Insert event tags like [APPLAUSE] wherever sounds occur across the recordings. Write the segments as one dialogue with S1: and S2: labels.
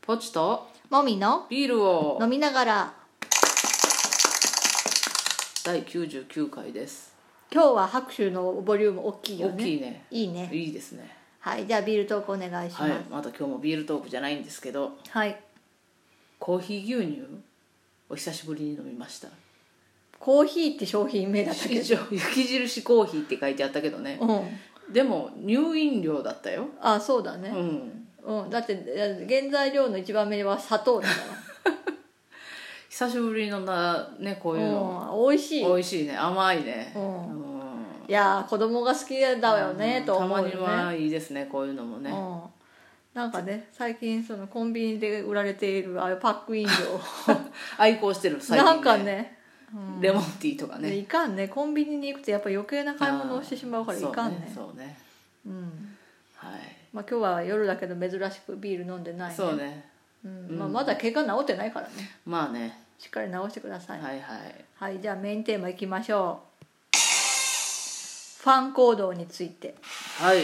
S1: ポチと
S2: もみの
S1: ビールを
S2: 飲みながら
S1: 第99回です
S2: 今日は拍手のボリューム大きいよ
S1: 大
S2: ね
S1: きいね
S2: いいね
S1: いいですね
S2: はいじゃあビールトークお願いします
S1: はいまた今日もビールトークじゃないんですけど
S2: はい、
S1: コーヒー牛乳お久しぶりに飲みました
S2: コーヒーって商品名だったけど、
S1: 雪印コーヒーって書いてあったけどね
S2: うん、
S1: でも乳飲料だったよ
S2: あそうだね
S1: う、ん
S2: うん、だってえ原材料の一番目は砂糖だか
S1: 久しぶりに飲んだねこ
S2: ら、
S1: ういうの
S2: うん、美味しい、
S1: 美味しいね甘いね
S2: うん
S1: うん
S2: いやー子供が好きだよね、
S1: うん
S2: と思うよね
S1: たまにはいいですねこういうのもね
S2: うん、なんかね最近そのコンビニで売られているああいうパック飲料
S1: [LAUGHS] 愛好してる [LAUGHS] 最近
S2: なんかね,、うん、
S1: レモンティーとか
S2: で
S1: ね
S2: いかんねコンビニに行くとやっぱ余計な買い物をしてしまうからいかんね
S1: そうねそうね
S2: うん
S1: はい
S2: まあ、今日は夜だけど珍しくビール飲んでないね
S1: そうね
S2: うんまあ、まだ怪我治ってないからね
S1: まあね
S2: しっかり治してくださ
S1: はいい
S2: はい、
S1: はい
S2: じゃあメインテーマいきましょうファン行動について
S1: はい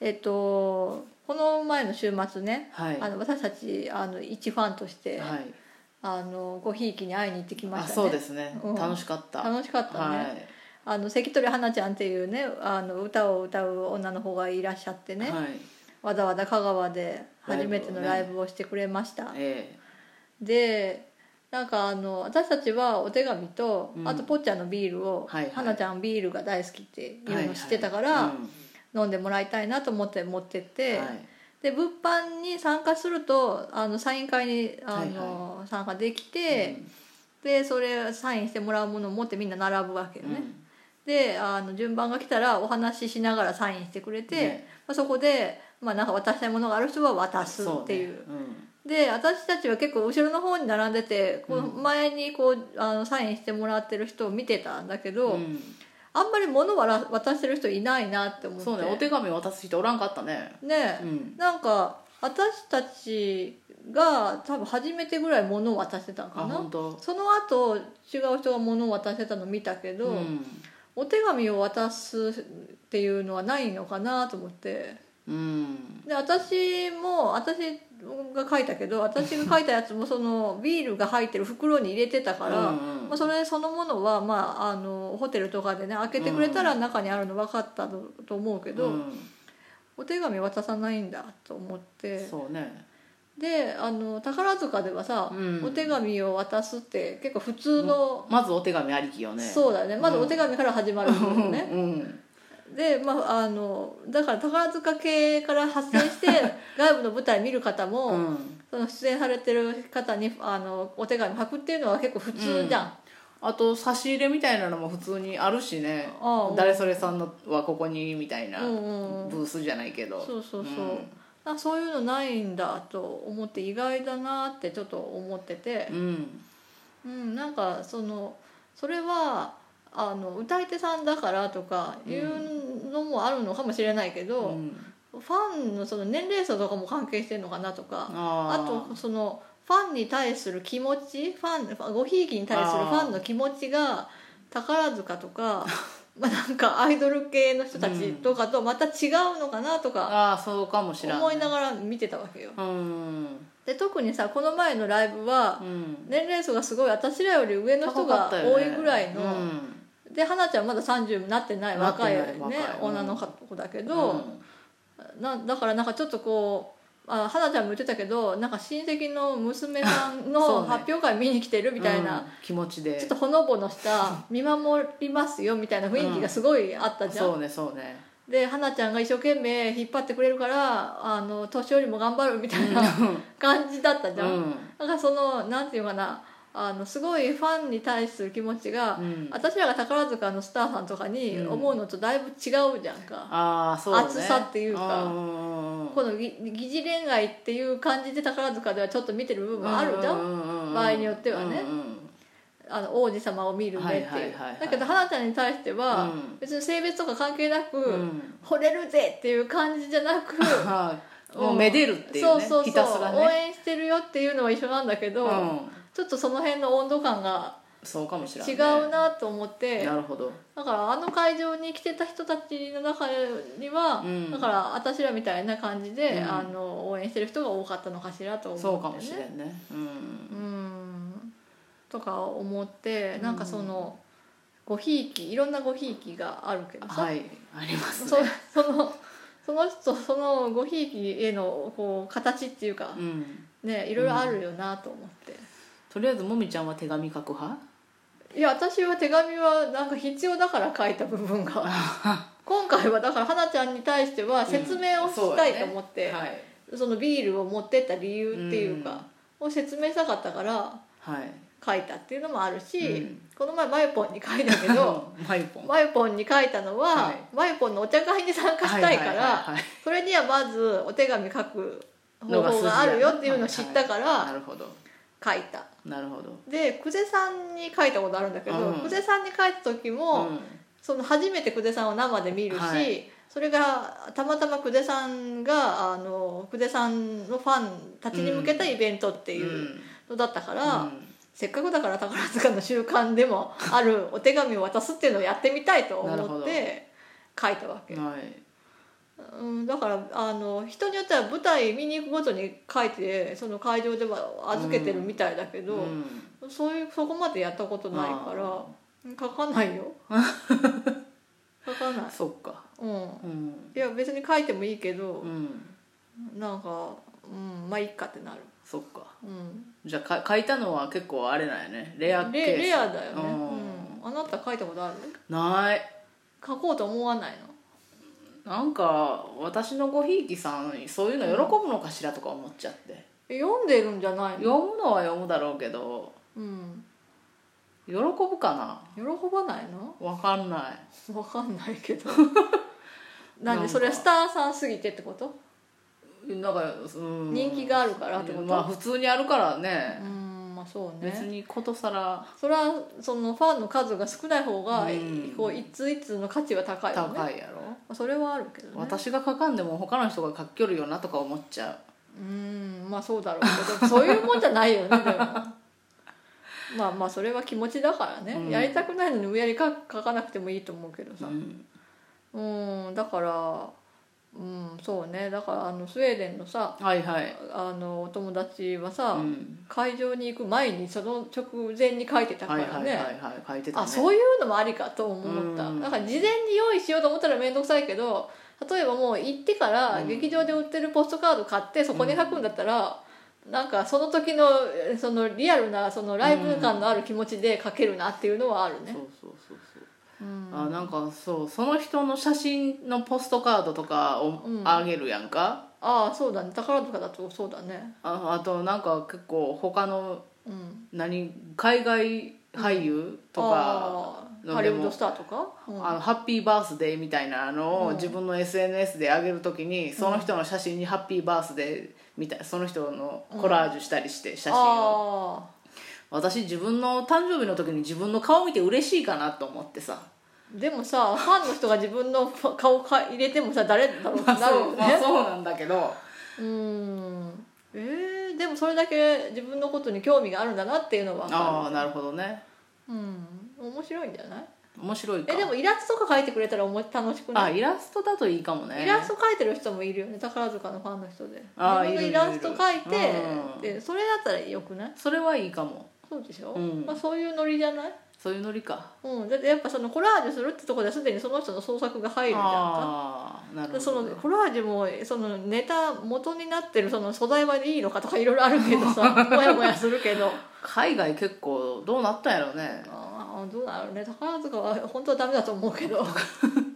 S2: えっとこの前の週末ね、
S1: はい
S2: あの私たちあの一ファンとして、
S1: はい
S2: あのごひいきに会いに行ってきま
S1: あ
S2: した
S1: そ
S2: ね
S1: うですね
S2: うん
S1: 楽しかった
S2: 楽しかったね、あの関取花ちゃんっていうねあの歌を歌う女の方がいらっしゃって
S1: は
S2: ね、
S1: いはい
S2: わざわざ香川で初めての
S1: ラ
S2: ラ
S1: イ
S2: イ
S1: ブ
S2: ブをしてくれました、
S1: え
S2: でなんかあの私たちはお手紙と、
S1: うん
S2: あとぽっちゃんのビールを、
S1: はいはい
S2: 花ちゃんビールが大好きってい
S1: えは
S2: う
S1: い
S2: のを知ってたから、
S1: はいうん
S2: 飲んでもらいたいなと思って持ってって、
S1: はい
S2: で物販に参加するとあのサイン会にあの、参加できて、でそれサインしてもらうものを持ってみんな並ぶわけ
S1: う
S2: よ
S1: ん
S2: ね、であの順番が来たらお話ししながらサインしてくれて、
S1: ね
S2: まあ、そこで、まあ、なんか渡したいものがある人は渡すっていう。
S1: そね
S2: で私たちは結構後ろの方に並んでてこの前にこうあのサインしてもらってる人を見てたんだけど、
S1: うんうん
S2: あんまり物を渡してる人いないなって思って
S1: そうねお手紙渡す人おらんかったね
S2: ね
S1: う
S2: え
S1: ん
S2: なんか私たちが多分初めてぐらい物を渡してたの
S1: あ
S2: かな
S1: 本当
S2: その後違う人が物を渡してたの見たけど、
S1: うん
S2: お手紙を渡すっていうのはないのかなと思って
S1: うん
S2: で私も私が書いたけど私が書いたやつもそのビールが入ってる袋に入れてたから、
S1: うんうん
S2: まあ、それそのものは、まあ、あのホテルとかでね開けてくれたら中にあるの分かったとと思うけど、
S1: うん
S2: お手紙渡さないんだと思って
S1: そうね
S2: であの宝塚ではさ、
S1: うん
S2: お手紙を渡すって結構普通の、
S1: まずお手紙ありきよね
S2: そうだねまずお手紙から始まるんだよね。
S1: うん
S2: でまああのだから宝塚系から発生
S1: [LAUGHS]
S2: して外部の舞台見る方も、
S1: うん
S2: その出演されてる方にあのお手紙書くっていうのは結構普通じゃん、
S1: あと差し入れみたいなのも普通にあるしね
S2: ああ
S1: 誰それさんのはここにみたいなブ
S2: うんうんうん
S1: ースじゃないけど
S2: そうそうそう、
S1: うん
S2: あそういうのないんだと思って意外だなってちょっと思ってて
S1: うん
S2: うんなんかそのそれはあの歌い手さんだからとかいうのもあるのかもしれないけ
S1: う
S2: ど、
S1: ん
S2: ファンのその年齢層とかも関係してるのかなとか、あ
S1: あー
S2: とそのファンに対する気持ちファンごひいきに対する
S1: あー
S2: ファンの気持ちが宝塚
S1: [LAUGHS]
S2: とかまあなんかアイドル系の人たちとかとまた違うのかなとか
S1: ああそうかもしれ
S2: 思いな
S1: が
S2: がら見てたわけよ。
S1: らうん
S2: で特にさこの前のライブは
S1: うん
S2: 年齢層がすごい私らより上の人が多いぐらいの、で花ちゃんまだ30になってない若い
S1: なってない
S2: ね
S1: 若い
S2: 女の子だけど。なだからなんかちょっとこうあ花ちゃんも言ってたけどなんか親戚の娘さん
S1: [LAUGHS] そう
S2: の
S1: ね
S2: 発表会見に来てるみたいな、
S1: 気持ち
S2: ちょ
S1: で
S2: っとほのぼのした見守りますよみたいな雰囲気がすごいあったじゃん、
S1: そうねそうね
S2: で花ちゃんが一生懸命引っ張ってくれるからあの年寄りも頑張るみたいな [LAUGHS] 感じだったじゃん、
S1: うん
S2: だからそのなんていうかなあのすごいファンに対する気持ちが、
S1: うん
S2: 私らが宝塚のスターさんとかに思うのとだいぶ違うじゃんか、
S1: ああそうね
S2: 熱さっていうか
S1: んうんうん
S2: このぎ疑似恋愛っていう感じで宝塚ではちょっと見てる部分もあるじゃん,、
S1: ん
S2: 場合によってはね
S1: うんうん
S2: あの王子様を見る目っていう、
S1: はいはいはいはい
S2: だけど花ちゃんに対しては、
S1: うん
S2: 別に性別とか関係なく、
S1: うん
S2: 惚れるぜっていう感じじゃなく
S1: はいもうめでるっていうね、
S2: そうそうそう
S1: ひたすらね
S2: 応援してるよっていうのは一緒なんだけど、
S1: うん
S2: ちょっとその辺の温度感が
S1: そうかもしれない、
S2: 違うなと思って
S1: なるほど
S2: だからあの会場に来てた人たちの中には、
S1: うん
S2: だから私らみたいな感じで、
S1: うん
S2: あの応援してる人が多かったのかしらと思って、ね、
S1: そうかもしれんねうん
S2: うんとか思ってなんかそのごひいきいろんなごひいきがあるけどさ、
S1: はいあります
S2: そ
S1: ね
S2: そのその人そのごひいきへのこう形っていうか
S1: う、ん
S2: ねいろいろあるよなと思って。
S1: とりあえずもみちゃんは手紙書く派
S2: いや私は手紙はなんか必要だから書いた部分が今回はだから花ちゃんに対しては説明をしたいと思って、そ
S1: はい
S2: のビールを持ってった理由っていうか、を説明したかったから
S1: はい
S2: 書いたっていうのもあるし、
S1: うん
S2: この前マユポンに書いたけど
S1: マイポン
S2: [LAUGHS] マユポンに書いたのは、
S1: はい
S2: マユポンのお茶会に参加したいから、
S1: はいはいはいはい
S2: それにはまずお手紙書く方法があるよっていうのを知ったか
S1: な
S2: ら
S1: るほど
S2: 書いた。
S1: なるほど
S2: で久世さんに書いたことあるんだけど、
S1: うん
S2: 久世さんに書いた時も、
S1: うん
S2: その初めて久世さんを生で見るし、
S1: はい
S2: それがたまたま久世さんがあの久世さんのファンたちに向けたイベントっていうんのだったから、
S1: うん
S2: せっかくだから宝塚の習慣
S1: [LAUGHS]
S2: でもあるお手紙を渡すっていうのをやってみたいと
S1: なるほ
S2: 思っ
S1: ど
S2: て書いたわけ、
S1: はい
S2: うん、だからあの人によっては舞台見に行くごとに書いてその会場では預けてるみたいだけど。
S1: うん
S2: そういうそこまでやったことないから書かな
S1: [LAUGHS]
S2: いよ書かない
S1: そっか
S2: うん
S1: うん
S2: いや別に書いてもいいけど
S1: う、ん
S2: なんか、うん、まあいいかってなる、
S1: そっか
S2: うん、
S1: じゃあか書いたのは結構あれなんやねレアケース
S2: レレアだよ
S1: う
S2: ね、うんん、あなた書いたことある
S1: ない
S2: 書こうと思わないの
S1: なんか私のごひいきさんそういうの喜ぶのかしらとか思っちゃって、
S2: え読んでるんじゃないの、
S1: 読むのは読むだろうけど
S2: うん、
S1: 喜ぶかな
S2: 喜ばないの
S1: わかんない
S2: わかんないけ
S1: [LAUGHS]
S2: ど
S1: な
S2: なんん
S1: か
S2: でそれはスターさんすぎてってこと
S1: なんか、うん、
S2: 人気があるからってこと
S1: まあ普通にあるから
S2: う
S1: ね
S2: んまあそうね
S1: 別にことさら
S2: それはそのファンの数が少ない方が、
S1: うん
S2: こう一通一通の価値は高いよね
S1: 高いやろ、
S2: それはあるけどね
S1: 私が書かんでも他の人が書きょるよなとか思っちゃ
S2: うんまあそうだろうけどそういうもんじゃないよねでもまあまあそれは気持ちだからね、
S1: うん
S2: やりたくないのに無理やり書書かなくてもいいと思うけど
S1: う、
S2: さ
S1: うん、
S2: うんだからうんそうねだからあのスウェーデンのさ
S1: はいはい、
S2: あのお友達は
S1: う
S2: さ、
S1: ん、
S2: 会場に行く前にその直前に書いてたか
S1: はい
S2: ら
S1: は
S2: ね、
S1: いはいはい書いてたね
S2: あそういうのもありかと思った、
S1: うん
S2: だから事前に用意しようと思ったら面倒くさいけど例えばもう行ってから
S1: うん
S2: 劇場で売ってるポストカード買ってそこに書くんだったら、なんかその時のえーそのリアルなそのライブ感のある気持ちで書けるなっていうのはあるね
S1: そうそうそうそう
S2: うん
S1: あなんかそうその人の写真のポストカードとかを
S2: うん
S1: あげるやんか、
S2: ああそうだね宝塚だとそうだね
S1: ああとなんか結構他の
S2: うん
S1: 何海外俳優とか、
S2: あ
S1: ので
S2: あ
S1: も
S2: ハリウッドスターとか、うん
S1: あのハッピーバースデーみたいなの
S2: う
S1: を
S2: ん
S1: 自分の SNS で上げるときに、その人の写真にハッピーバースデーみたいその人のコラージュしたりして写真を、
S2: あ
S1: 私自分の誕生日の時に自分の顔見て嬉しいかなと思ってさ
S2: あでもさファンの人が自分の顔か入れてもさ誰だろうってなるよね、
S1: まあ [LAUGHS] そうなんだけど
S2: うーんえー、でもそれだけ自分のことに興味があるんだなっていうのは分か
S1: ああなるほどね
S2: るうん面白いんじゃない
S1: 面白いか
S2: えでもイラストとか描いてくれたらおも楽しくな
S1: あ
S2: い
S1: イラストだといいかもね
S2: イラスト描いてる人もいるよね宝塚のファンの人で
S1: あー
S2: 自分
S1: い
S2: が
S1: る
S2: イラスト描い
S1: いるいるうん
S2: てでそれだったらよくない
S1: それはいいかも
S2: そうでしょ、
S1: うん
S2: まあ、そういうノリじゃない、
S1: そういうノリか
S2: うん、だってやっぱそのコラージュするってとこですでにその人の創作が入るじゃんか
S1: ああなるほ
S2: で
S1: ど
S2: そのコラージュもそのネタ元になってるその素材はいいのかとかいろいろあるけ
S1: [LAUGHS]
S2: どさもやもやするけど
S1: 海外結構どうなったんやろうね、
S2: ああどうだろうね宝塚は本当はダメだと思うけど
S1: ま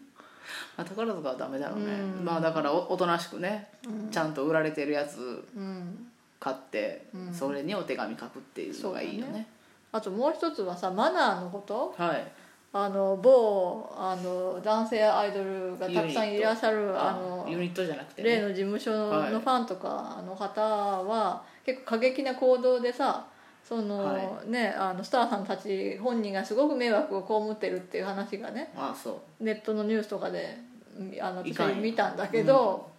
S1: あ、宝塚はダメだろうね、
S2: うん
S1: まあだからおおとなしくね、ちゃんと売られてるやつ
S2: うん
S1: 買って、
S2: うん
S1: それにお手紙書くっていうのがいいよね
S2: あともう一つはさマナーのこと
S1: はい
S2: あの某あの男性アイドルがたくさんいらっしゃるあの
S1: ユニットじゃなくて、
S2: 例
S1: ね、
S2: の事務所
S1: はい
S2: のファンとかの方は結構過激な行動でさその、
S1: は
S2: ねあのスターさんたち本人がすごく迷惑を被ってるっていう話がね
S1: ああそう
S2: ネットのニュースとかでうんあの
S1: い
S2: 私
S1: かんよ
S2: 見たんだけど、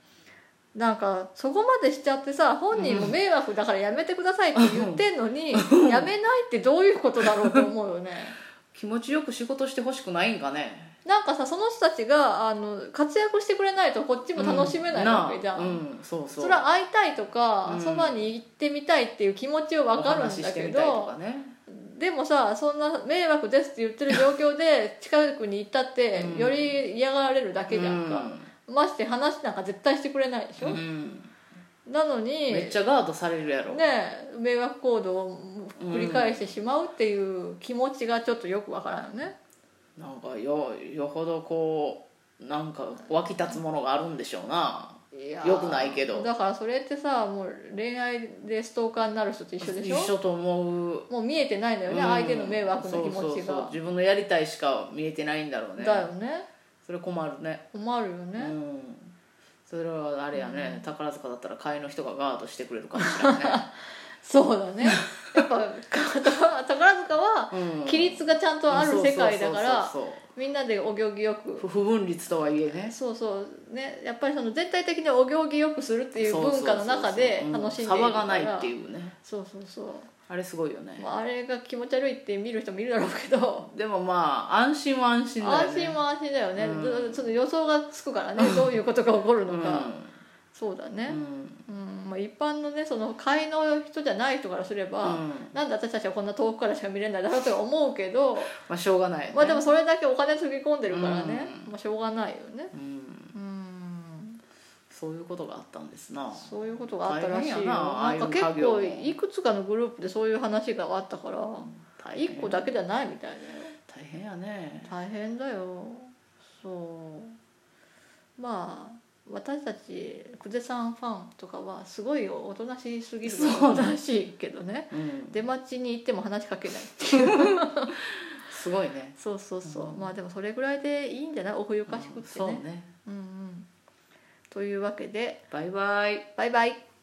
S2: なんかそこまでしちゃってさ本人も迷惑だからやめてくださいって言ってんのに、 [LAUGHS] やめないってどういうことだろうと思うよね
S1: 気持ちよく仕事してほしくないんかね
S2: なんかさその人たちがあの活躍してくれないとこっちも楽しめないわけじゃん、
S1: なあうん、そうそう
S2: それは会いたいとか、
S1: うん
S2: そばに行ってみたいっていう気持ちを分かる
S1: お
S2: んだけど
S1: 話ししてみたいとかね
S2: でもさそんな迷惑ですって言ってる状
S1: [LAUGHS]
S2: 況で近くに行ったって、
S1: うん
S2: より嫌がられるだけじゃんか、まして話なんか絶対してくれないでし
S1: う
S2: ょ
S1: ん、うん
S2: なのに
S1: めっちゃガードされるやろ、
S2: ねえ迷惑行動を繰り返してしまうっていう気持ちがちょっとよくわからんよね、
S1: なんかよよほどこうなんか湧き立つものがあるんでしょうな
S2: や
S1: よくないけど
S2: だからそれってさもう恋愛でストーカーになる人と一緒でしょ
S1: と思う
S2: もう見えてないんだよね、
S1: うん
S2: 相手の迷惑の気持ちが
S1: そうそうそう自分のやりたいしか見えてないんだろうね
S2: だよね
S1: それ困るね
S2: 困るよ
S1: う
S2: ね、
S1: んそれはあれやね、宝塚だったら会の人がガードしてくれるかもしれ
S2: [LAUGHS]
S1: ないね、
S2: そうだ
S1: [LAUGHS]
S2: ねやっぱ [LAUGHS] 宝宝塚は
S1: うん、
S2: 規律がちゃんとある世界だから
S1: そうそうそう
S2: みんなでお行儀よく
S1: そう不分律とはいえね
S2: そうそうねやっぱりその全体的にお行儀よくするっていう文化の中で
S1: そうそうそう
S2: 楽しんでいるか
S1: う
S2: ら
S1: ん、差がないっていうね
S2: そうそうそう
S1: あれすごいよね、
S2: まあ、あれが気持ち悪いって見る人もいるだろうけど、
S1: でもまあ安心は安心だよね
S2: 安心も安心だよね、
S1: うん
S2: ずその予想がつくからねどういうことが起こるの
S1: うん
S2: か、そうだ
S1: う
S2: ね、
S1: ん
S2: うんまあ、一般のねその会の人じゃない人からすれば、
S1: うん
S2: なんで私たちはこんな遠くからしか見れないだろうと思うけど、
S1: まあしょうがないよね
S2: まあでもそれだけお金つぎ込んでるからね、
S1: う
S2: まあ、しょうがないよね
S1: うん
S2: うん
S1: そういうことがあったんですな
S2: そういうことがあったらしいよ
S1: 大変やな
S2: なんか
S1: ああいう
S2: 結
S1: 家業
S2: 構
S1: も
S2: いくつかのグループでそういう話があったから
S1: 大変
S2: 1個だけじゃないみたいな
S1: 大変やね
S2: 大変だよそうまあ私たち久世さんファンとかはすごいおとなしすぎるそうらしいけどね
S1: うん
S2: 出待ちに行っても話しかけない
S1: すごいね
S2: そうそうそう、
S1: うん
S2: まあでもそれぐらいでいいんじゃない奥ゆかしくって
S1: そう
S2: ね,、
S1: ね
S2: うん、うんというわけで
S1: バイバイ
S2: バイバイ